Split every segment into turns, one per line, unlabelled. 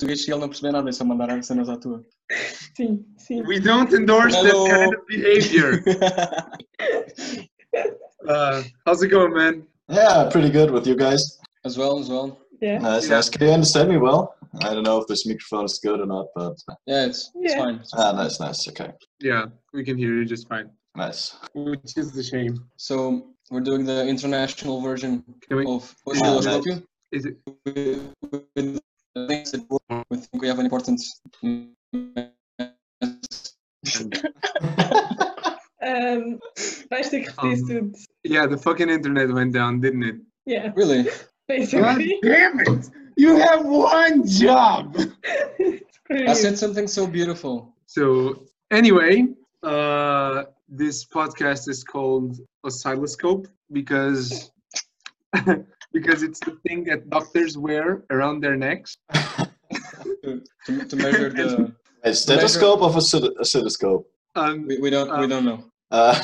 português e ele não perceber nada, é só mandar as cenas à tua.
Sim, sim.
We don't endorse
Hello.
that kind of behavior. Uh, how's it going, man?
Yeah, pretty good with you guys.
as well, as well.
Yeah.
Nice,
Yeah.
nice. Can you understand me well? I don't know if this microphone is good or not, but
Yeah, it's, it's
Yeah.
fine.
ah, nice, nice. Okay,
Yeah, we can hear you just fine,
nice.
which is the shame.
So we're doing the international version
Can we-
of
Yeah,
oscilloscopio.
Is it?
with, with the things that work. we think we have an important
Um, vais ter que repetir isso
Um.
tudo.
Yeah, the fucking internet went down, didn't it?
Yeah,
really
God
basically.
damn it! You have one job.
It's pretty
i said something so beautiful
So anyway, uh, this podcast is called oscilloscope because because it's the thing that doctors wear around their necks.
to, to measure the
A stethoscope of a cit- a stethoscope.
Um,
we, we don't we don't know
Uh,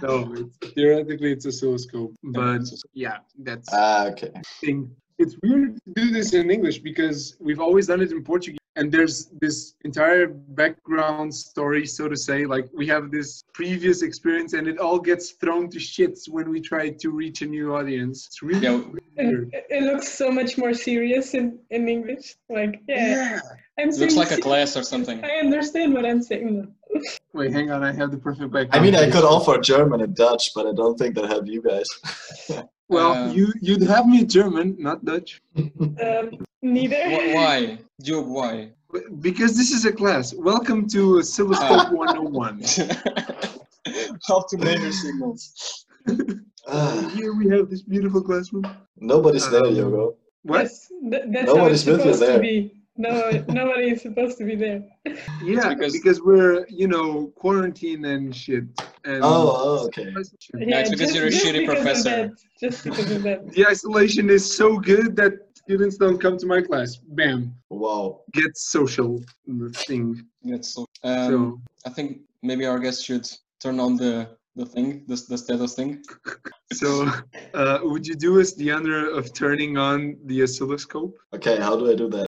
so it's, theoretically, it's oscilloscope, but yeah, that's
ah, okay.
thing. It's weird to do this in English because we've always done it in Portuguese. And there's this entire background story, so to say. Like, we have this previous experience, and it all gets thrown to shits when we try to reach a new audience. It's really
yeah
And It, it looks so much more serious in, in English. Like, yeah, I'm
it
saying.
looks like a
se-
class or something
I understand what I'm saying.
Wait, hang on. I have the perfect background.
I mean, I
for
could
this.
offer German and Dutch, but I don't think that helped you guys.
Well,
Um,
you, you'd have me German, not Dutch.
Um, neither.
Wh- why Joke, why
But- Because this is a class. Welcome to
Uh.
Oscilloscope 101.
how to measure signals
Ah,
Here we have this beautiful classroom.
nobody's there,
Um,
Yogo.
What?
Yes, th- that's how
Nobody's
it's
with you
supposed to
there.
be. No, nobody is supposed to be there.
Yeah,
because-
because, we're you know quarantine and shit. And
Oh, oh, okay.
Yeah,
it's because
just-
you're a
just
shitty
because of
professor.
that, Just because of that.
The isolation is so good that students don't come to my class. Bam,
Wow.
get social the thing.
that's so um,
so
i think maybe our guest should turn on the the thing the, the status thing
so uh, would you do us the honor of turning on the oscilloscope?
Okay, how do I do that?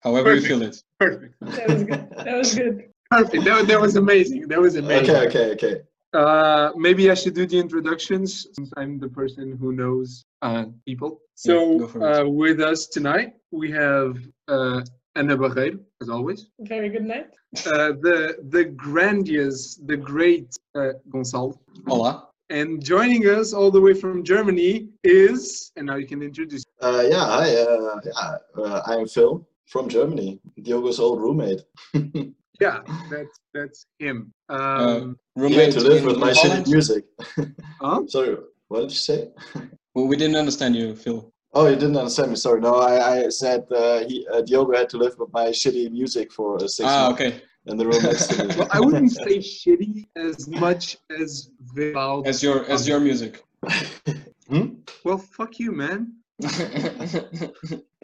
however you
Perfect.
feel it
Perfect.
That was good. That was good.
Perfect. That, that was amazing. That was amazing.
Okay, okay, okay.
Uh, maybe I should do the introductions since I'm the person who knows uh, people. So
go for it.
uh, with us tonight we have uh, Anna Barreiro, as always,
Very good night.
uh, the the grandiose, the great uh, Gonçalo,
hola
and joining us all the way from Germany is, and now you can introduce.
Uh, yeah, hi. Uh, yeah, uh, I'm Phil from Germany, Diogo's old roommate.
Yeah, that's that's him. Um,
Here
roommate
to live
in
with my
Holland?
shitty music.
Uh,
huh?
Sorry, what did you say?
Well, we didn't understand you, Phil.
Oh, you didn't understand me. Sorry. No, I, I said uh, he, uh, Diogo had to live with my shitty music for uh, six
ah,
months
okay.
in the room next to me.
Well, I wouldn't say shitty as much as very loud.
As your as your music.
Hmm?
Well, fuck you, man.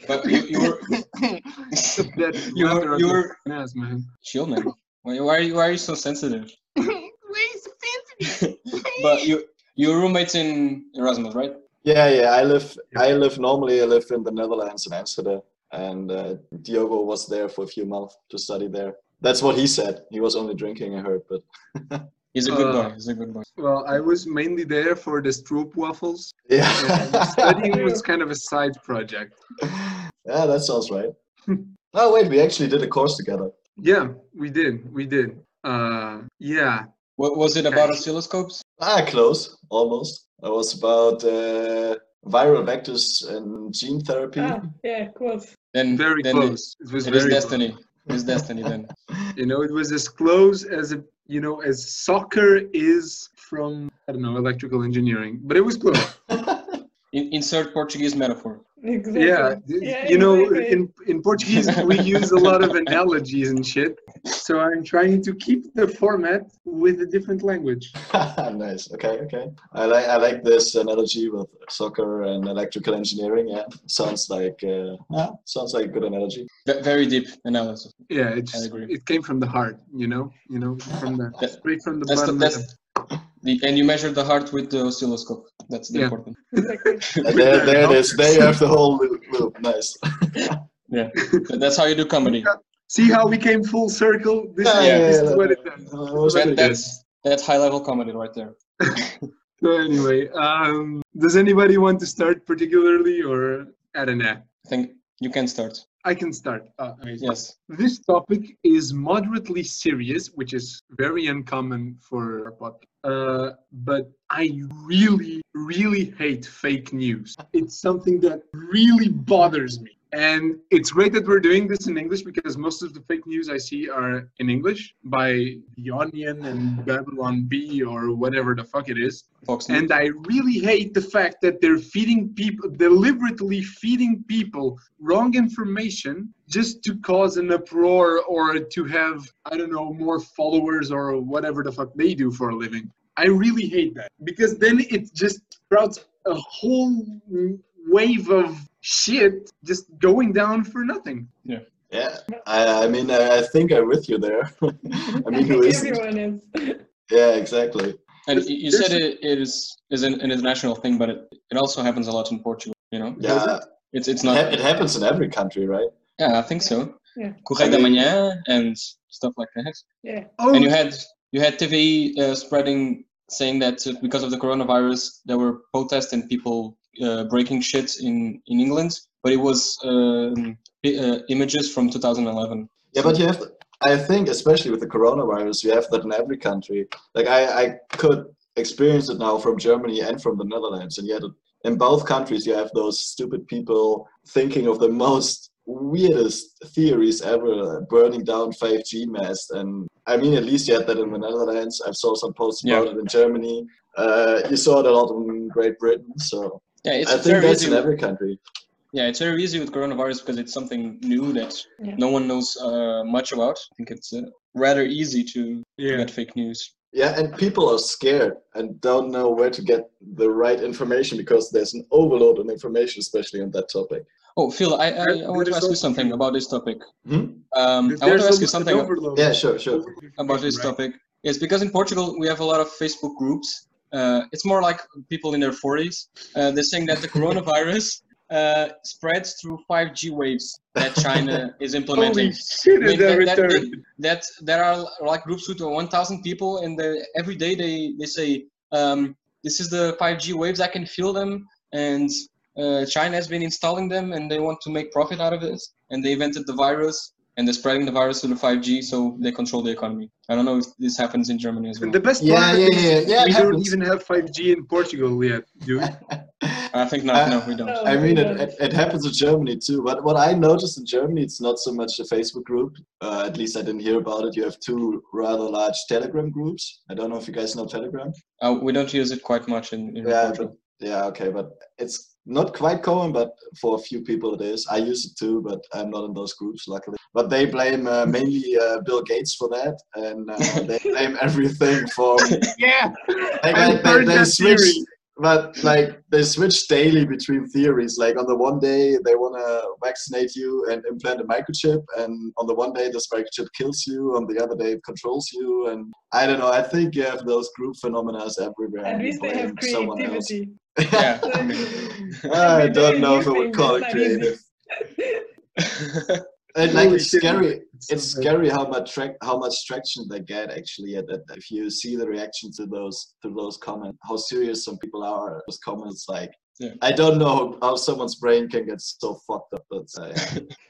but you, you were
that
You
leather
were-
on
you
your
were-
ass, man.
chill, man. Why, why are you why are you so sensitive? but you your roommates in Erasmus, right?
Yeah, yeah. I live. I live normally. I live in the Netherlands in Amsterdam, and uh, Diogo was there for a few months to study there. That's what he said. He was only drinking, I heard, but
He's a good
Uh,
boy. He's a good boy.
Well, I was mainly there for the Stroop waffles. and
yeah,
Studying was kind of a side project.
yeah. That sounds right. oh wait, we actually did a course together.
Yeah, we did. We did. Uh, yeah.
What was it about oscilloscopes?
Ah, close, almost. It was about uh, viral vectors and gene therapy.
Ah, yeah, close.
Then
Very
then
close. It was
It, it is
very close.
destiny. It is destiny. Then
You know, it was as close as a you know as soccer is from I don't know electrical engineering, but it was close.
In, insert Portuguese metaphor.
Exactly.
yeah,
Yeah,
you know
exactly.
in, in portuguese we use a lot of analogies and shit so i'm trying to keep the format with a different language
nice. Okay. Okay. I like I like this analogy with soccer and electrical engineering. Yeah, sounds like uh, yeah, sounds like a good analogy.
Ve- very deep analysis.
yeah it's
agree.
it came from the heart you know you know from the
That-
straight from the
That's the,
bottom
that's the, and you measure the heart with the oscilloscope. That's the
Yeah.
important.
exactly.
And there, there it is. There you have the whole loop. loop. Nice.
Th- That's how you do comedy.
see how we came full circle this,
Yeah,
is, this
that-
is what it does
that was
That-
pretty good.
that's that's high level comedy right there.
so anyway um does anybody want to start particularly or i don't know
I think you can start.
i can start uh,
Yes.
This topic is moderately serious, which is very uncommon for our podcast. Uh, but I really, really hate fake news. It's something that really bothers me. And it's great that we're doing this in English because most of the fake news I see are in English by The Onion and Babylon B or whatever the fuck it is.
Fox News.
And I really hate the fact that they're feeding people, deliberately feeding people wrong information just to cause an uproar or to have, I don't know, more followers or whatever the fuck they do for a living. I really hate that because then it just sprouts a whole wave of shit just going down for nothing.
Yeah. I, I mean, I, I think I'm with you there. I mean, who
think
isn't?
everyone is.
Yeah. Exactly.
And
This-
you you
this-
said it, it is is an an international thing, but it, it also happens a lot in Portugal. You know,
Does
Yeah.
it's it's
It,
not.
hap- it happens in every country, right?
Yeah, I think so.
Yeah.
Correio da
I mean-
Manhã and stuff like that.
Yeah.
Oh,
And you had you had TVE uh, spreading saying that uh, because of the coronavirus there were protests and people uh, breaking shit in in England, but it was um, i- uh, images from 2011.
Yeah, but you have. I think, especially with the coronavirus, you have that in every country. Like I, I could experience it now from Germany and from the Netherlands, and yet in both countries you have those stupid people thinking of the most weirdest theories ever, uh, burning down 5G masts. And I mean, at least you had that in the Netherlands. I saw some posts about it in Germany. Uh, you saw it a lot in Great Britain. So
Yeah, it's
I
it's
think
very
that's
easy.
in every country.
Yeah, it's very easy with coronavirus because it's something new that
Yeah.
no one knows uh, much about. I think it's uh, rather easy to
yeah.
get fake news.
Yeah, and people are scared and don't know where to get the right information because there's an overload of information, especially on that topic.
Oh, Phil, I, I,
There-
I want
there
to
is
ask you
also-
something about this topic.
Hmm?
Um, I want
There's
to ask you
an
something
overload.
Yeah, sure, sure.
Overload
about this
information, right?
topic. Yes, because in Portugal we have a lot of Facebook groups. Uh, it's more like people in their 40s. Uh, they're saying that the coronavirus uh, spreads through 5G waves that China is implementing.
Holy shit,
I mean,
is that
that- that-
retarded?
that there are like groups with 1,000 people, and they- every day they they say, um, "This is the 5G waves. I can feel them." And uh, China has been installing them, and they want to make profit out of it. And they invented the virus, and they're spreading the virus to the 5G, so they control the economy. I don't know if this happens in Germany as well.
And the best
Yeah,
part
yeah,
of it is
yeah, yeah, it
we
happens.
don't even have 5G in Portugal yet, dude.
I think not. no, we don't.
Oh,
I mean, it,
yeah.
it, it happens in Germany too. But what I noticed in Germany, it's not so much a Facebook group. Uh, at least I didn't hear about it. You have two rather large Telegram groups. I don't know if you guys know Telegram.
Uh, we don't use it quite much in, in
Yeah,
Portugal.
but yeah, okay, but it's not quite common, but for a few people it is. I use it too, but I'm not in those groups, luckily. But they blame uh, mainly uh, Bill Gates for that, and uh, they blame everything for
Yeah,
like,
I
like, they,
heard
they
that
switch,
theory.
but like they switch daily between theories. Like on the one day they want to vaccinate you and implant a microchip, and on the one day this microchip kills you, on the other day it controls you, and I don't know. I think you have those group phenomena everywhere.
At
and you
least they have
blame someone else.
creativity.
yeah. I
I
Every
don't
day
know
new
if I would
thing,
call it
that's not easy.
creative.
mean-
And like
Holy
it's
shit.
scary. It's
So
scary how much track, how much traction they get actually. At that, if you see the reaction to those to those comments, how serious some people are. Those comments, like
Yeah.
I don't know how, how someone's brain can get so fucked up. But uh, yeah.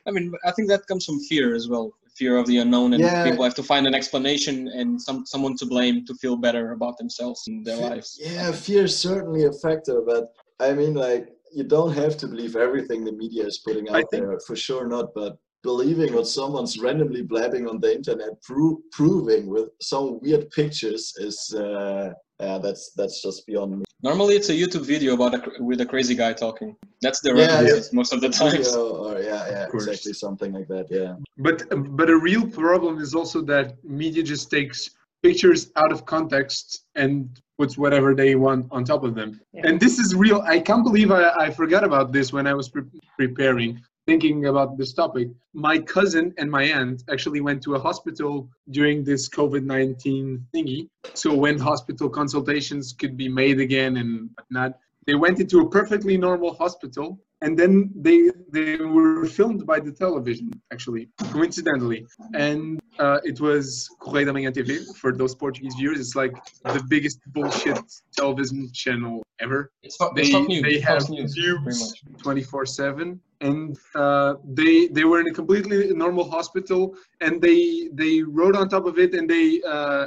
I mean, I think that comes from fear as well. Fear of the unknown, and
Yeah.
people have to find an explanation and some someone to blame to feel better about themselves and their
Fe-
lives.
Yeah, fear is certainly a factor, but I mean, like, you don't have to believe everything the media is putting
I
out
think-
there, for sure not, but believing what someone's randomly blabbing on the internet, pro- proving with some weird pictures is, uh, yeah, that's that's just beyond me.
Normally, it's a YouTube video about a, cr- with a crazy guy talking. That's the
Yeah,
references most of the times.
Video or yeah, yeah,
Of course.
exactly something like that. Yeah.
But but a real problem is also that media just takes pictures out of context and puts whatever they want on top of them.
Yeah.
And this is real. I can't believe I, I forgot about this when I was pre- preparing, thinking about this topic. My cousin and my aunt actually went to a hospital during this COVID 19 thingy. So when hospital consultations could be made again and whatnot, they went into a perfectly normal hospital and then they they were filmed by the television actually coincidentally and uh, it was Correio da Manhã TV for those Portuguese viewers it's like the biggest bullshit television channel ever
It's, fo-
they
it's Fox News.
they
it's
have
Fox News, pretty
views
much.
24 7 and uh, they they were in a completely normal hospital and they they wrote on top of it and they uh,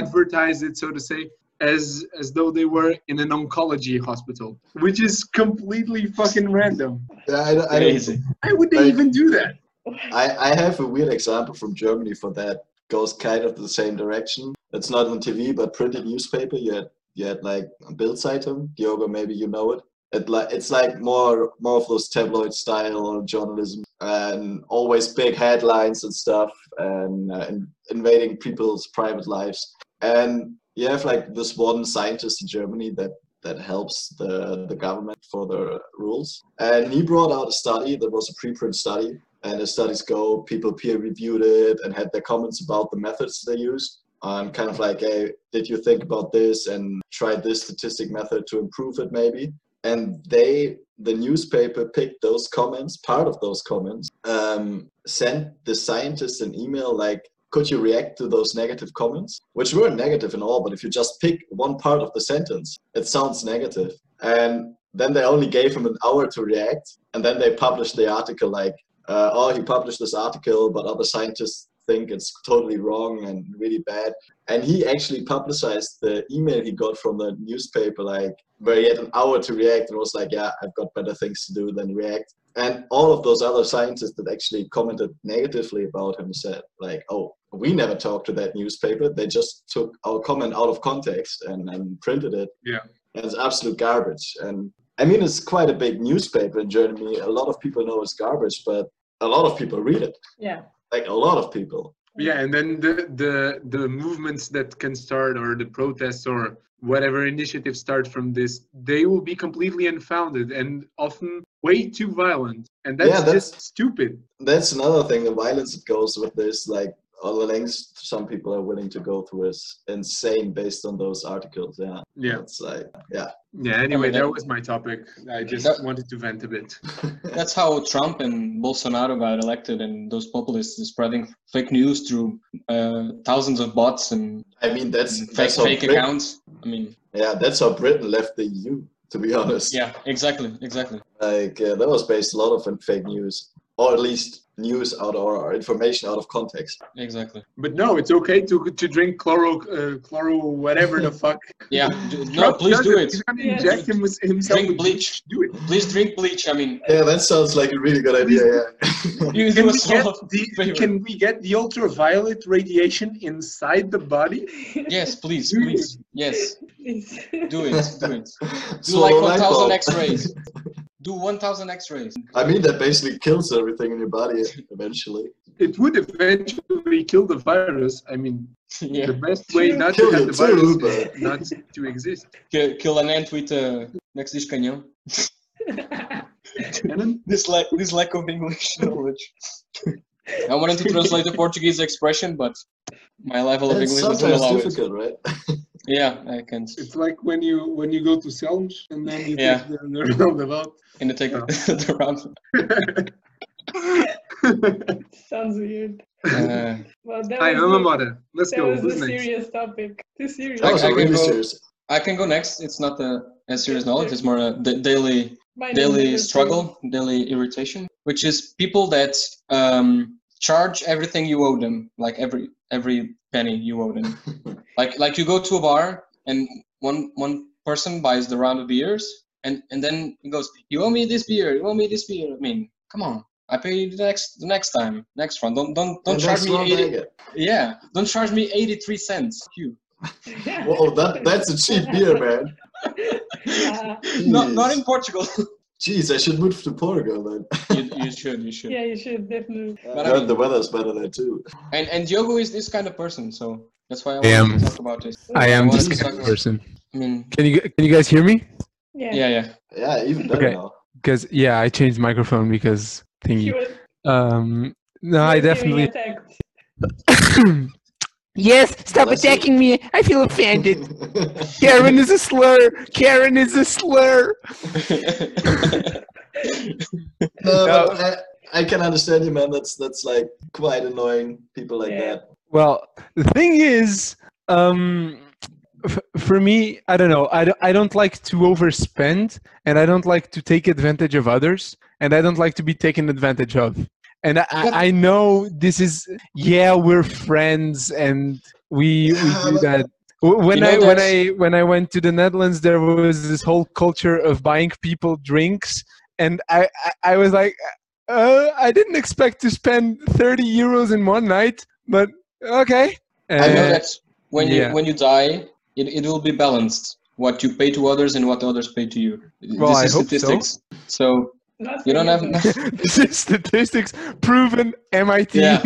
advertised it so to say as as though they were in an oncology hospital which is completely fucking random
Yeah, I, don't- I, don't-
Crazy.
why would they
Like-
even do that
I, I have a weird example from Germany for that. Goes kind of the same direction. It's not on TV, but printed newspaper. You had you had like Bildzeitung. Diogo, maybe you know it. It like it's like more more of those tabloid style journalism and always big headlines and stuff and, uh, and invading people's private lives. And you have like this one scientist in Germany that that helps the the government for the rules. And he brought out a study that was a preprint study and as studies go, people peer reviewed it and had their comments about the methods they used. Um, kind of like, hey, did you think about this and try this statistic method to improve it maybe? And they, the newspaper picked those comments, part of those comments, um, sent the scientists an email like, could you react to those negative comments? Which weren't negative in all, but if you just pick one part of the sentence, it sounds negative. And then they only gave him an hour to react. And then they published the article like, uh, oh, he published this article, but other scientists think it's totally wrong and really bad. And he actually publicized the email he got from the newspaper, like where he had an hour to react and was like, yeah, I've got better things to do than react. And all of those other scientists that actually commented negatively about him said, like, oh, we never talked to that newspaper. They just took our comment out of context and, and printed it.
Yeah.
And it's absolute garbage. And I mean, it's quite a big newspaper in Germany. A lot of people know it's garbage, but a lot of people read it.
yeah.
Like a lot of people.
Yeah, and then the the the movements that can start or the protests or whatever initiative starts from this, they will be completely unfounded and often way too violent. And that's,
Yeah, that's-
just stupid.
That's another thing. The violence that goes with this, like all the lengths some people are willing to go through, is insane based on those articles. Yeah,
Yeah.
it's like
Yeah, anyway,
that-
that was my topic. I just
That-
wanted to vent a bit.
That's how Trump and Bolsonaro got elected, and those populists are spreading fake news through uh, thousands of bots and
I mean that's
fake,
that's how
fake
Brit-
accounts. I mean,
yeah that's how Britain left the EU. To be honest,
yeah, exactly, exactly.
like uh, that was based a lot of fake news, or at least news out or, or information out of context.
Exactly.
But no, it's okay to to drink chloro uh, chloro whatever the fuck.
Yeah. d- No,
Trump
please
does
do
it.
it.
He's gonna
Yeah.
inject him with himself.
Drink
with
bleach.
Do it.
Please drink bleach. I mean,
Yeah, that sounds like a really good idea. Yeah.
you
Can
do
we,
us
get
all a
the,
favor.
can we get the ultraviolet radiation inside the body?
Yes, please,
Do it.
please. Yes,
Please.
do it, do it. Do
Swallow
like
a
1,000
light bulb.
X-rays. Do 1,000 X-rays.
I mean, that basically kills everything in your body eventually.
it would eventually kill the virus. I mean,
yeah.
the best way not
Kill
to have
you
the
too,
virus is not to exist.
Kill, kill an ant with uh, a next dish canyon.
Canon?
This lack, this lack of English knowledge. I wanted to translate the Portuguese expression, but my level of
It's
English doesn't
sometimes
allow it.
difficult, right?
Yeah, I can't.
It's like when you when you go to Selms and then you
Yeah.
take the, the roundabout.
Can you take
Yeah.
the round?
Sounds weird.
Uh,
Well, that
Hi,
was,
alma
the-
mater. Let's
that
go.
was
Who's
the
next?
serious topic. Too serious.
That
I-
was
I
a
can
really
go-
serious.
I can go next. It's not a, a serious knowledge. It's more a da- daily
Mine is
daily
number
struggle, daily irritation, which is people that um, charge everything you owe them, like every every penny you owe them. like like you go to a bar and one one person buys the round of beers and and then he goes, you owe me this beer, you owe me this beer. I mean, come on, I pay you the next the next time, next one. Don't don't don't
And
charge
that's
me
not
eighty.
like it.
Yeah, don't charge me eighty three cents. You.
Whoa, that, that's a cheap beer, man. oh.
Uh,
not, not
Jeez.
in Portugal.
Jeez, I should move to Portugal then.
you, you should, you should.
yeah, you should definitely.
But I
Well,
mean-
the weather's better there too.
And and Diogo is this kind of person, so that's why I want
am.
to talk about this.
I am
Well,
this
it's
kind of
like-
person.
I mean,
Can you can you guys hear me?
Yeah.
yeah, yeah.
Yeah, even better
Okay.
now.
Because yeah, I changed microphone because
She
thingy.
was
Um, no, I
was getting
definitely.
attacked.
yes, stop
Bless you.
attacking me. I feel offended.
Uh,
Karen is a slur. Karen is a slur.
no,
No.
but I, I can understand you, man. That's that's like quite annoying. People like
Yeah.
that.
Well, the thing is, um, f- for me, I don't know. I don't, I don't like to overspend, and I don't like to take advantage of others, and I don't like to be taken advantage of. And I,
But-
I I know this is yeah, we're friends, and we,
Yeah,
we do
but-
that. W- When
You know,
I when I
that's-
when I went to the Netherlands, there was this whole culture of buying people drinks, and I I, I was like, uh, I didn't expect to spend thirty euros in one night, but okay.
I know
Uh,
that when
yeah.
you when you die, it, it will be balanced what you pay to others and what others pay to you.
Well,
this
I
is
hope so.
statistics. So
Not
you don't have
forgivable.
this is statistics proven. MIT
Yeah.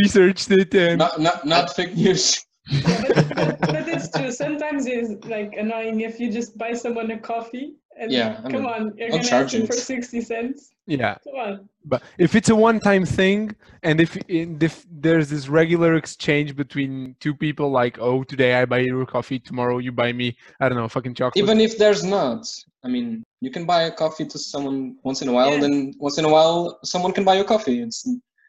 researched it, and
not not, not fake news.
but, but, but it's true. Sometimes it's like annoying if you just buy someone a coffee and
Yeah, I
come
mean,
on, you're
I'll
gonna ask
charge
them
it.
for sixty cents.
yeah.
Come on.
But if it's a one-time thing, and if, and if there's this regular exchange between two people, like, oh, today I buy you a coffee, tomorrow you buy me, I don't know, fucking chocolate.
Even if there's not, I mean, you can buy a coffee to someone once in a while.
Yeah.
Then once in a while, someone can buy you coffee. It's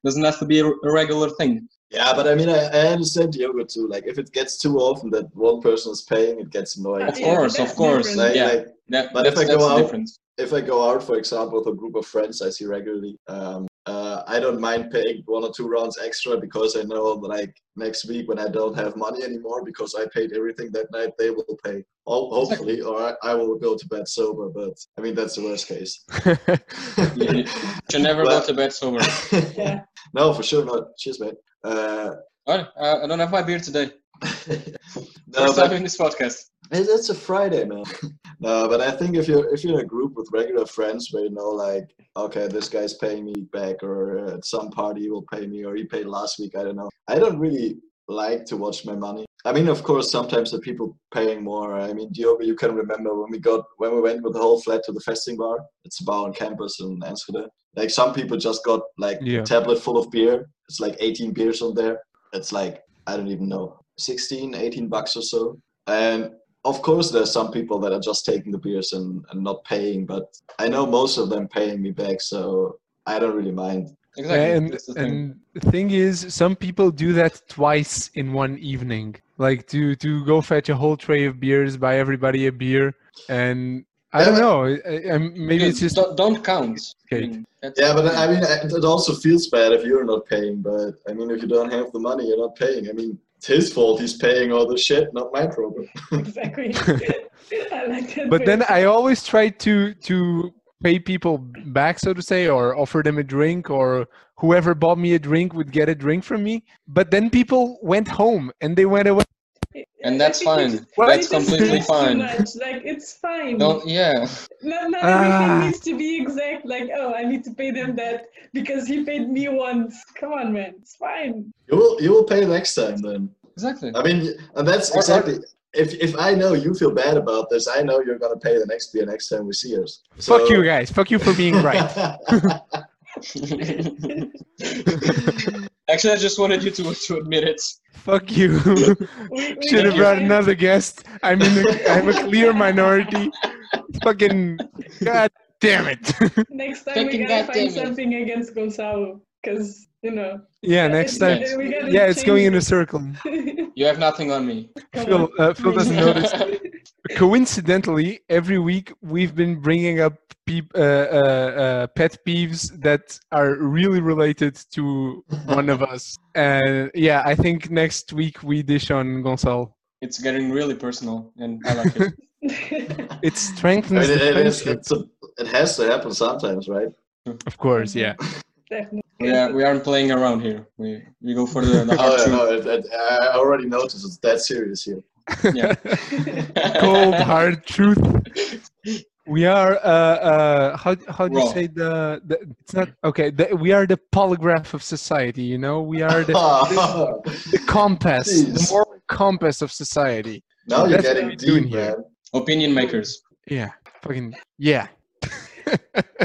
doesn't have to be a, a regular thing.
Yeah, but I mean, I, I understand yoga too. Like, if it gets too often that one person is paying, it gets annoying.
Of
Yeah, but
course,
that's
of course.
Like,
different.
Yeah,
like,
that,
But if
that's,
I go
that's the
out-
difference.
if I go out, for example, with a group of friends I see regularly, um, uh, I don't mind paying one or two rounds extra because I know, like, next week when I don't have money anymore because I paid everything that night, they will pay. Ho- hopefully, or I, I will go to bed sober. But I mean, that's the worst case.
You- you should never
Well-
go to bed sober.
Yeah.
no, for sure not. Cheers, mate. Uh,
Alright, uh, I don't have my beer today.
no,
First time
but
in this podcast.
It- It's a Friday, man. no, but I think if you're if you're in a group with regular friends where you know like, okay, this guy's paying me back, or uh, at some party he will pay me, or he paid last week, I don't know. I don't really like to watch my money. I mean, of course, sometimes the people paying more. I mean, Diogo, you can remember when we got when we went with the whole flat to the festing bar. It's a bar on campus in Amsterdam. Like some people just got like
Yeah.
a tablet full of beer. It's like 18 beers on there. It's like I don't even know 16, 18 bucks or so. And of course, there's some people that are just taking the beers and, and not paying, but I know most of them paying me back, so I don't really mind.
Exactly.
and
that's the thing.
and the thing is, some people do that twice in one evening, like to to go fetch a whole tray of beers, buy everybody a beer, and I
Yeah,
don't
but-
know. I, I, maybe it's
Yeah,
just
don't, don't count. I
Okay.
mean, that's-
Yeah, but I mean, I- it also feels bad if you're not paying, but I mean, if you don't have the money, you're not paying. I mean, it's his fault he's paying all the shit, not my problem.
Exactly. I like that.
but then
version.
I always try to to pay people back, so to say, or offer them a drink, or whoever bought me a drink would get a drink from me. But then people went home and they went away.
And
I
that's
think it
fine.
just-
Well,
that's
it just
completely
means too
fine.
much. Like it's fine.
Don't, yeah.
Not, not
Ah.
everything needs to be exact. Like oh, I need to pay them that because he paid me once. Come on, man. It's fine.
You will, you will pay next time then.
Exactly.
I mean, and that's
Or- or-
exactly. If, if I know you feel bad about this, I know you're gonna pay the next beer next time we see us.
Fuck you guys. Fuck you for being right.
Actually, I just wanted you to, to admit it.
Fuck you.
We, we
Should have
Thank
brought
tried.
another guest. I'm in. A, I'm a clear minority. Fucking god damn it.
Next time we
Fucking goddamn
gotta find
it.
something against Gonzalo, because you know.
yeah. Next
we
time.
gotta- we gotta
Yeah, it's going in a
change
circle.
it.
You have nothing on me.
Come
Phil,
on.
uh, Phil doesn't
Please.
notice. coincidentally every week we've been bringing up peop uh, uh, uh, pet peeves that are really related to one of us and yeah i think next week we dish on gonzalo
It's getting really personal, and I like it.
it
I
strengthens
mean, it,
the
it is.
friendship,
It's a, it has to happen sometimes, right?
of course yeah
Definitely.
we, are, we aren't playing around here. We, we go for the, the hard
Oh yeah,
truth.
no, it, it, I I already noticed it's that serious here.
Yeah.
Cold hard truth. We are uh, uh, how how do you
Wrong.
say the, the it's not okay. The, we are the polygraph of society. You know, we are the, the compass, the
Jeez.
moral compass of society.
now you're
That's what
getting
we're doing
deep,
here.
man.
Opinion makers.
Yeah, fucking yeah.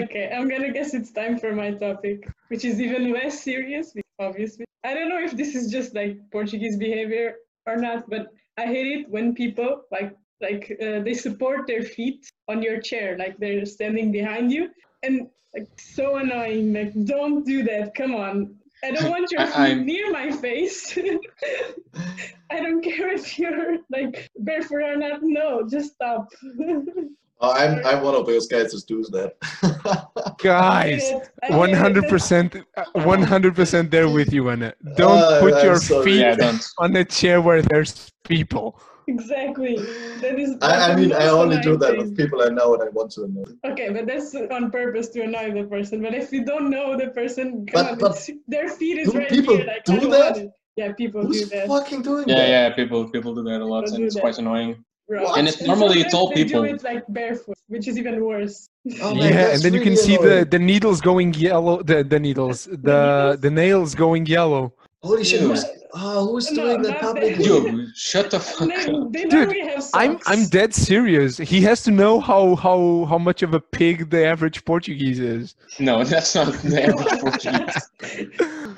Okay, I'm gonna guess it's time for my topic, which is even less serious, obviously. I don't know if this is just like Portuguese behavior or not, but I hate it when people like like uh, they support their feet on your chair, like they're standing behind you, and like so annoying. Like, don't do that. Come on. I don't want your
I-
feet
I'm-
near my face. I don't care if you're like barefoot or not. No, just stop.
Oh, I'm I'm one of those guys that does that.
Guys,
I hate it.
one hundred percent, uh, one hundred percent there with you, Anna. Don't
Uh,
put
I'm
your
sorry.
feet
Yeah, don't.
on a chair where there's people.
Exactly. That is.
I, I mean, I
that's
only do
annoying
that
thing.
with people I know and I want to know.
Okay, but that's on purpose to annoy the person. But if you don't know the person, come
But-
on,
but
it's- their feet is
do
right
people
here. Like,
do
I don't
that?
want it. Yeah, people do
Who's
that.
fucking doing
Yeah,
that?
yeah. People people do that a lot,
People
and
do
it's
that.
quite annoying.
Right.
What? And
it's normally
sometimes
tall
they
people.
do it like barefoot, which is even worse.
Oh, man,
yeah, and
that's
then you can
really
see the,
annoying.
the needles going yellow. The, the needles, the
needles?
the nails going yellow.
Holy shit!
Ew.
Who's, oh, who's
No,
doing that
not that.
publicly?
Yo, shut the
And
fuck
they,
up.
they
Dude,
normally have
I'm
socks.
I'm dead serious. He has to know how how how much of a pig the average Portuguese is.
No, that's not the average Portuguese.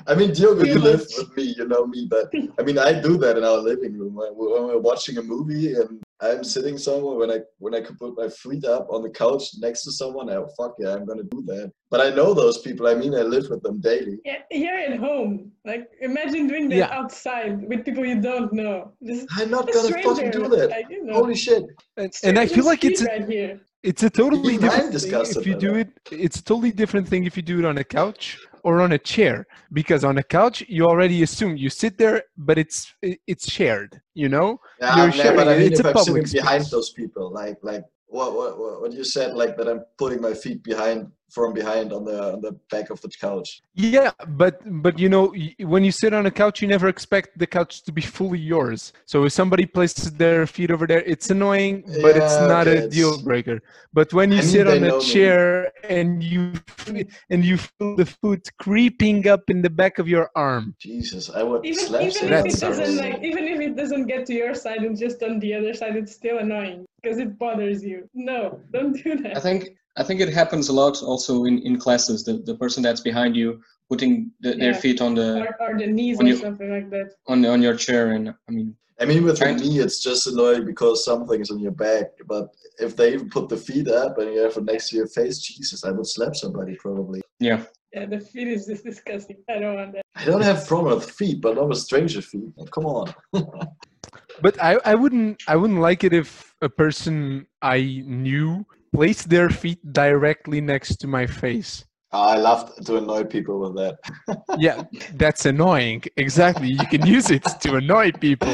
I mean, Diogo, you
Too
live
much.
with me. You know me, but I mean, I do that in our living room when we- when we're watching a movie and I'm sitting somewhere. When I when I can put my feet up on the couch next to someone, I oh, fuck yeah, I'm gonna do that. But I know those people. I mean, I live with them daily.
Yeah, here at home. Like, imagine doing that
Yeah.
outside with people you don't know. Just
I'm not
a
gonna
stranger.
fucking do that.
Like, you know,
Holy shit!
And, and I feel
stranger's
like it's
feet
a,
right here.
it's a totally
Even I'm
different thing
disgusted
if you
by
do it. It's a totally different thing if you do it on a couch or on a chair because on a couch you already assume you sit there, but it's it- it's shared. You know,
Yeah,
You're
I'm there, but
sharing
I
it.
mean,
It's
if
a
I'm sitting
public
behind
space.
those people, like like what, what what what you said, like that I'm putting my feet behind from behind on the on the back of the couch.
yeah, but but you know y- when you sit on a couch, you never expect the couch to be fully yours. So if somebody places their feet over there, it's annoying, but it's
Yeah,
not
okay,
a deal
it's-
breaker. But when you
I mean,
sit
they
on
know
a
me.
chair and you f- and you feel the foot creeping up in the back of your arm,
Jesus, I would
even,
slap
even
someone.
if
that
it
sucks.
doesn't like even if it doesn't get to your side and just on the other side it's still annoying because it bothers you no don't do
I
that
think I think it happens a lot also in, in classes. The, the person that's behind you putting the, their
Yeah.
feet on the
or, or the knees
when
or
you-
something like that
on on your chair, and I mean,
I mean, with
Right.
me, it's just annoying because something's on your back. But if they even put the feet up and you have it next to your face, Jesus, I would slap somebody probably.
yeah,
yeah the feet is just disgusting i don't want that
I don't have problem with feet, but not with stranger feet. Come on.
But I, I wouldn't I wouldn't like it if a person I knew placed their feet directly next to my face.
Oh, I love to annoy people with that.
Yeah, that's annoying. Exactly. You can use it to annoy people.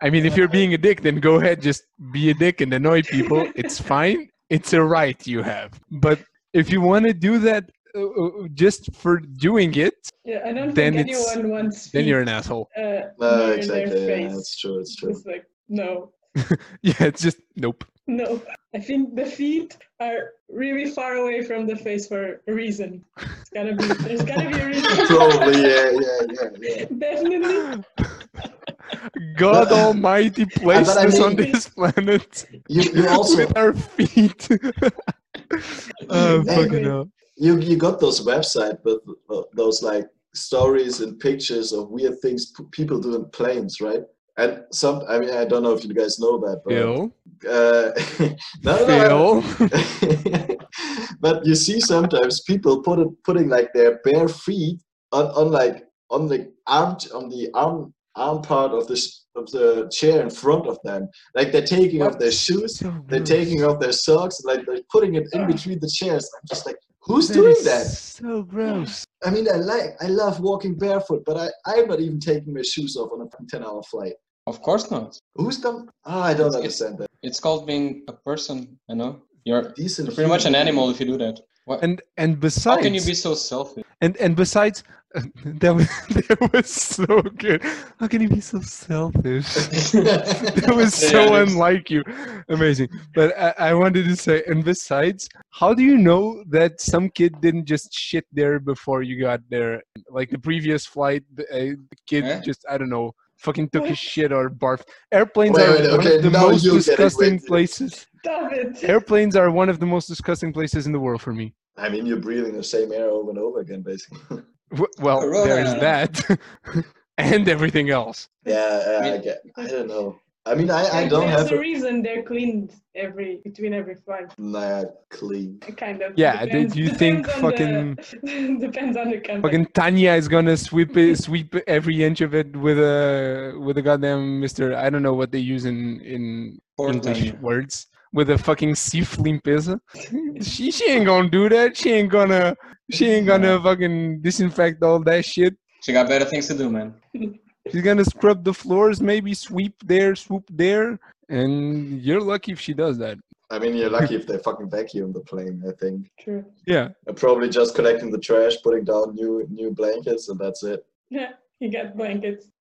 I mean, if you're being a dick, then go ahead, just be a dick and annoy people. It's fine. It's a right you have. But if you want to do that uh, uh, just for doing it,
yeah i don't
Then
think
it's-
anyone wants
then
feet,
you're an asshole.
uh,
No,
near
exactly.
their
Yeah,
face
it's true. It's true.
it's like no
Yeah, it's just nope.
no i think the feet are really far away from the face for a reason it's gotta be there's gotta be a reason
Probably, yeah, yeah, yeah, yeah.
definitely
God Almighty placed
I
this on
mean-
this planet.
You, you also
with our feet. oh,
Exactly.
fucking hell.
you you got those website with uh, those like stories and pictures of weird things p- people do in planes, right? And some, I mean, I don't know if you guys know that, but
Phil.
uh, no, no, no, I-
Phil.
but you see sometimes people put it, putting like their bare feet on, on like on the arm on the arm arm part of the sh- of the chair in front of them. Like they're taking off their shoes,
So
they're
gross.
taking off their socks, like they're putting it in between the chairs. I'm just like, who's
That
doing
is
that?
So gross.
I mean, I like I love walking barefoot, but I I'm not even taking my shoes off on a fucking ten hour flight.
of course not.
Who's done? Ah, I don't understand that.
It's called being a person. You know, you're
Decent.
you're pretty much an
human being.
animal if you do that. What?
And and besides,
How can you be so selfish?
and and besides, that was, that was so good. How can you be so selfish? it was
Yeah,
so
it's-
unlike you amazing but I, I wanted to say and besides how do you know that some kid didn't just shit there before you got there like the previous flight the, uh, the kid
Eh?
just i don't know fucking took his shit or barfed airplanes
Wait,
are
wait,
one
okay,
of the
now
most
you get it,
disgusting
wait.
places
Stop it.
airplanes are one of the most disgusting places in the world for me
I mean, you're breathing the same air over and over again, basically.
W- well there's
Corona.
that and everything else
yeah, yeah I
mean-
get. I don't know. I mean, I, I
Like,
don't
There's
have
a
a
reason they're cleaned every between every flight.
nah, clean.
Kind of.
Yeah, they-
Depends-
do you think
depends on the, depends on the company.
Fucking Tanya is gonna sweep it, sweep every inch of it with a with a goddamn Mister. I don't know what they use in in
Poor
English
Tanya.
words with a fucking sif limpeza. she she ain't gonna do that. She ain't gonna she ain't gonna fucking disinfect all that shit.
She got better things to do, man.
She's gonna scrub the floors, maybe sweep there, swoop there, and you're lucky if she does that.
I mean, you're lucky if they fucking vacuum the plane. I think
True.
Yeah,
they're probably just collecting the trash, putting down new new blankets, and that's it.
Yeah, you got blankets.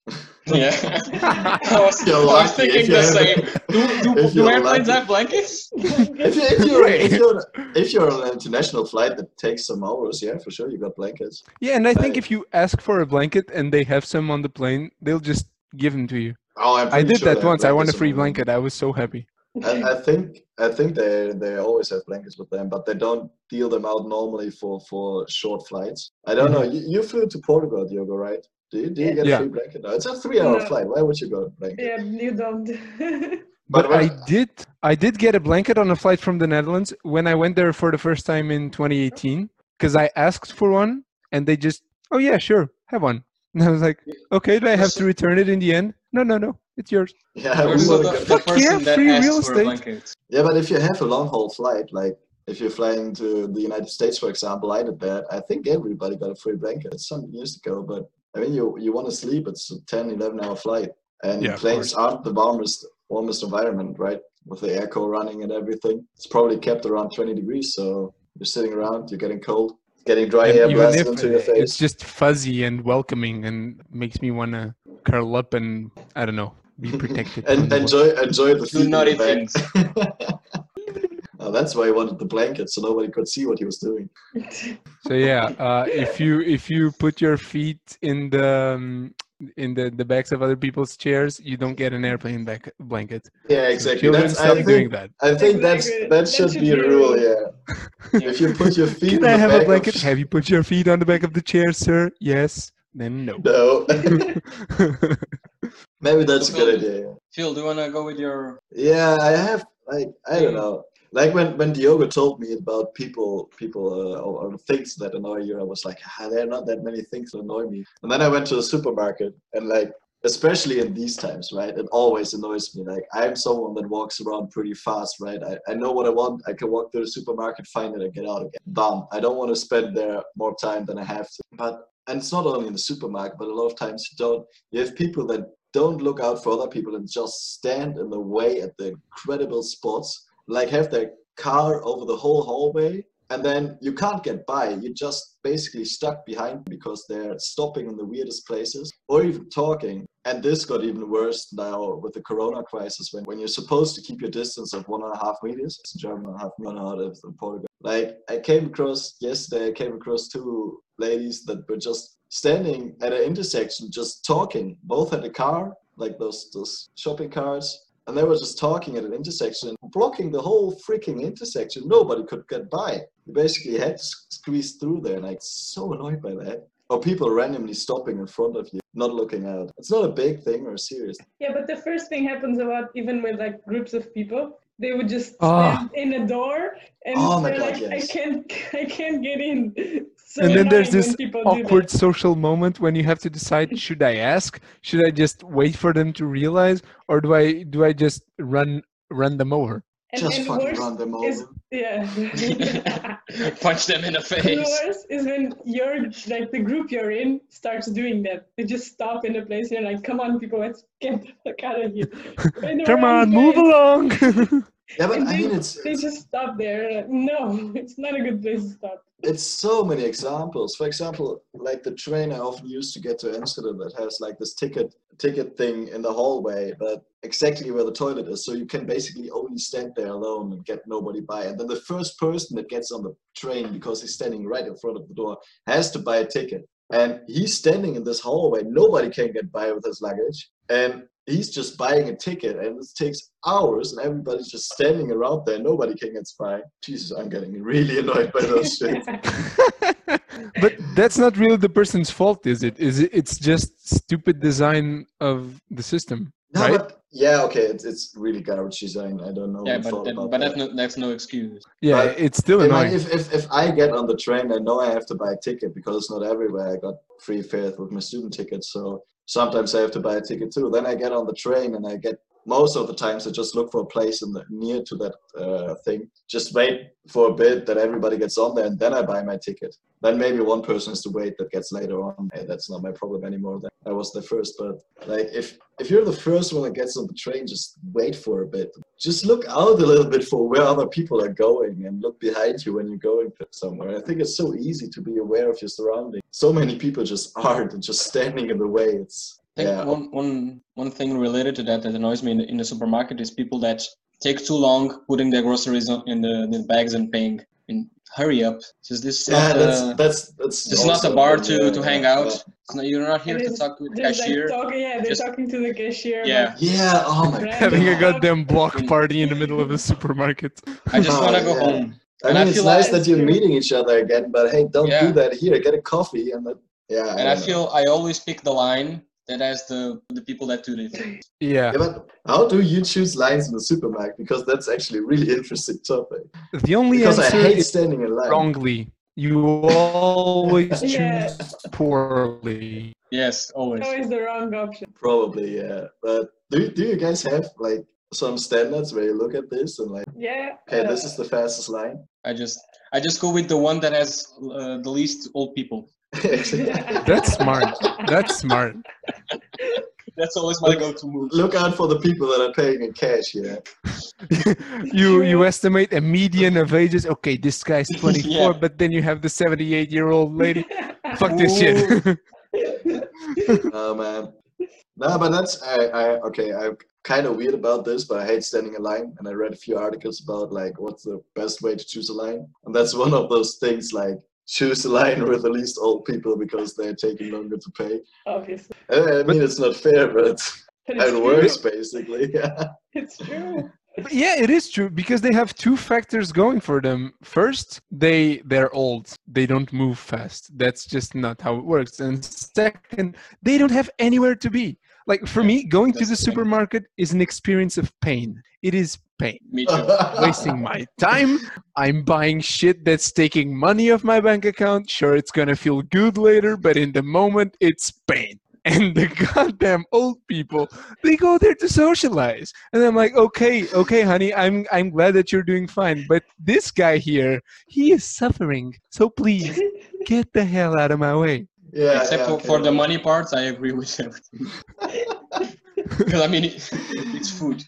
Yeah. I was,
You're
I was
lucky if
thinking
you
the
have-
same. Do, do,
if
do
you're
airplanes
lucky.
have blankets?
If,
Blankets.
you, if, you're, if, you're, if you're on an international flight that takes some hours, yeah, for sure, you got blankets.
yeah, and I think
Right.
if you ask for a blanket and they have some on the plane, they'll just give them to you.
Oh, I'm
I
pretty
did
sure they
that
have
once. I won a
blankets in
free
Ireland.
blanket. I was so happy.
I, I think I think they they always have blankets with them, but they don't deal them out normally for for short flights. I don't know. You, you flew to Portugal, Diogo, right? Do you, do you get
Mm-hmm. Yeah.
a free blanket? No, it's a three-hour
No.
flight. Why would you go a blanket?
yeah, you don't.
But
when-
I did I did get a blanket on a flight from the Netherlands when I went there for the first time in 2018 because I asked for one and they just oh yeah sure have one and I was like okay do I have to return it in the end no no no it's yours
yeah, we
Or so
wouldn't
the,
go-
the
Fuck yeah,
person that
free
asks
real
for
estate.
a blanket.
Yeah, but if you have a long haul flight, like if you're flying to the United States, for example, I did that. I think everybody got a free blanket. It's some years ago, but I mean, you you want to sleep. It's a 10, 11 hour flight, and
Yeah, of
planes aren't the warmest warmest environment, right? With the airco running and everything, it's probably kept around 20 degrees. So you're sitting around, you're getting cold, getting dry
And
air
even
blasted
if
into your
uh, it's
face.
just fuzzy and welcoming and makes me want to curl up and I don't know be protected from
And
the world.
enjoy enjoy the
Do
feet
naughty
in the back.
things.
Oh, that's why he wanted the blanket, so nobody could see what he was doing.
so yeah uh, if you if you put your feet in the um, in the, the backs of other people's chairs you don't get an airplane back blanket
Yeah,
So
exactly.
children
That's, I
stop
think,
doing that
I think that's
Exactly.
that should be a rule, yeah.
Yeah.
If you put your feet in
Can
the
I have
back
a blanket?
Of,
Have you put your feet on the back of the chair, sir? Yes. Then no.
no, maybe that's a good idea.
Phil, do you wanna go with your?
Yeah, I have like I don't
Mm.
know. Like when when Diogo told me about people people uh, or, or things that annoy you, I was like, ah, there are not that many things that annoy me. And then I went to the supermarket and like especially in these times right it always annoys me like i'm someone that walks around pretty fast right I, I know what i want i can walk to the supermarket find it and get out again bam i don't want to spend there more time than i have to but and it's not only in the supermarket but a lot of times you don't you have people that don't look out for other people and just stand in the way at the incredible spots like have their car over the whole hallway and then you can't get by you're just basically stuck behind because they're stopping in the weirdest places or even talking and this got even worse now with the corona crisis when, when you're supposed to keep your distance of one and a half meters it's in german one and a half meter out of in portugal like i came across yesterday i came across two ladies that were just standing at an intersection just talking both had a car like those those shopping cars and they were just talking at an intersection and blocking the whole freaking intersection. Nobody could get by. You basically had to s- squeeze through there, and I was so annoyed by that. Or people randomly stopping in front of you, not looking out. It's not a big thing or serious.
yeah, but the first thing happens a lot, even with like groups of people. They would just
Ah.
stand in a door and
Oh my
they're
God,
like,
yes.
I can't, I can't get in. So
And then there's
annoying when
this
people do that.
Awkward social moment when you have to decide: should I ask? Should I just wait for them to realize, or do I do I just run run them over?
And,
just
and
fucking
worse,
run them
is-
over.
yeah.
Punch them in the
The
face.
worst is when you're like the group you're in starts doing that. They just stop in a place. You're like, come on, people, let's get the fuck out of here. And
Come
around
on, move
guys.
along.
Yeah, but
And
I
they,
mean, it's
they just stop there. Like, No, it's not a good place to stop.
it's so many examples. For example, like the train I often use to get to Amsterdam that has like this ticket ticket thing in the hallway that exactly where the toilet is. So you can basically only stand there alone and get nobody by. And then the first person that gets on the train because he's standing right in front of the door has to buy a ticket. And he's standing in this hallway. Nobody can get by with his luggage. And he's just buying a ticket and it takes hours and everybody's just standing around there. Nobody can get by. Jesus, I'm getting really annoyed by those shit.
but that's not really the person's fault, is it? Is it? It's just stupid design of the system,
No,
right?
but yeah, okay, it's, it's really garbage design. I don't know.
Yeah,
what
but
thought
that,
about
but
that.
that's no that's no excuse.
yeah,
but
it's still
If I,
annoying.
if, if, if I get on the train, I know I have to buy a ticket because it's not everywhere. I got free fare with my student ticket, so sometimes I have to buy a ticket too. Then I get on the train and I get most of the times I just look for a place in the, near to that uh, thing. Just wait for a bit that everybody gets on there, and then I buy my ticket. Then maybe one person has to wait that gets later on. Hey, that's not my problem anymore. That I was the first, but like if if you're the first one that gets on the train, just wait for a bit. Just look out a little bit for where other people are going and look behind you when you're going to somewhere. I think it's so easy to be aware of your surroundings. So many people just aren't and just standing in the way. It's
I think
yeah.
one, one, one thing related to that that annoys me in the, in the supermarket is people that take too long putting their groceries on- in the, in the bags and paying. And hurry up! Just this is
Yeah,
not
that's
a,
that's that's.
this is not
also
a bar
good,
to,
yeah,
to hang
yeah,
out.
yeah.
It's not, you're not here
And
to
it's
talk with the
Just like
cashier.
talking, yeah, they're
Just-
talking to the cashier.
Yeah.
Yeah. Oh my
Right.
god.
Having a
Yeah.
goddamn block party in the middle of a supermarket.
I just
Oh,
want to go
yeah.
home.
I
And
mean,
I
it's
feel
nice
like-
that you're meeting each other again, but hey, don't
Yeah.
do that here. Get a coffee and then, yeah.
And I
don't know.
feel I always pick the line that has the the people that do this.
Yeah.
Yeah, but how do you choose lines in the supermarket? Because that's actually a really interesting topic.
The only
Because I
answer
hate
is
standing in line.
wrongly. You always choose
Yeah.
poorly.
Yes, always.
It's always the wrong option.
Probably, yeah. But do, do you guys have like some standards where you look at this and like,
Yeah.
okay,
uh,
this is the fastest line?
I just I just go with the one that has uh, the least old people.
That's smart. That's smart.
That's always my go-to move.
look out for the people that are paying in cash, yeah.
you you estimate a median of ages. Okay, this guy's 24,
Yeah.
but then you have the 78 year old lady. Fuck this shit.
Oh man. No, but that's I, I okay. I'm kind of weird about this, but I hate standing in line. And I read a few articles about like what's the best way to choose a line, and that's one of those things like choose a line with the least old people because they're taking longer to pay.
Obviously.
I I mean, it's not fair, but
But it's
it works basically. Yeah.
True. It's true.
But yeah, it is true because they have two factors going for them. First, they they're old. They don't move fast. That's just not how it works. And second, they don't have anywhere to be. Like for me, going to
that's
the
the thing.
supermarket is an experience of pain. It is pain.
Me
uh,
too.
wasting my time. I'm buying shit that's taking money off my bank account. Sure, it's gonna feel good later, but in the moment, it's pain. And the goddamn old people, they go there to socialize. And I'm like, okay, okay, honey, I'm I'm glad that you're doing fine. But this guy here, he is suffering. So please get the hell out of my way.
Yeah.
Except
yeah,
for,
okay.
for the money parts, I agree with everything. Because I mean, it, it's food.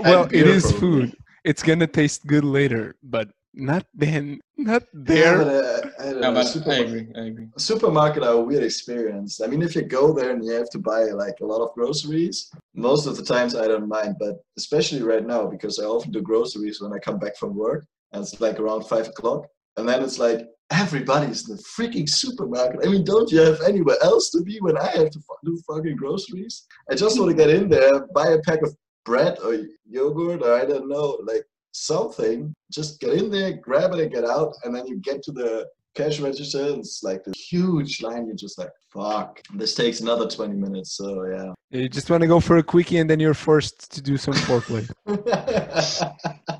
Well, it is
beautiful.
food. It's gonna taste good later, but not then, not
Yeah,
there.
but, uh, I
No,
don't know,
but I
supermarket-
agree. I agree.
supermarket are a weird experience. I mean, if you go there and you have to buy like a lot of groceries, most of the times I don't mind, but especially right now because I often do groceries when I come back from work and it's like around five o'clock. And then it's like everybody's in the freaking supermarket. I mean, don't you have anywhere else to be when I have to fu- do fucking groceries? I just want to get in there, buy a pack of bread or yogurt or I don't know, like something. Just get in there, grab it, and get out. And then you get to the cash register and it's like this huge line you're just like fuck this takes another 20 minutes so yeah
You just want to go for a quickie and then you're forced to do some foreplay.
yeah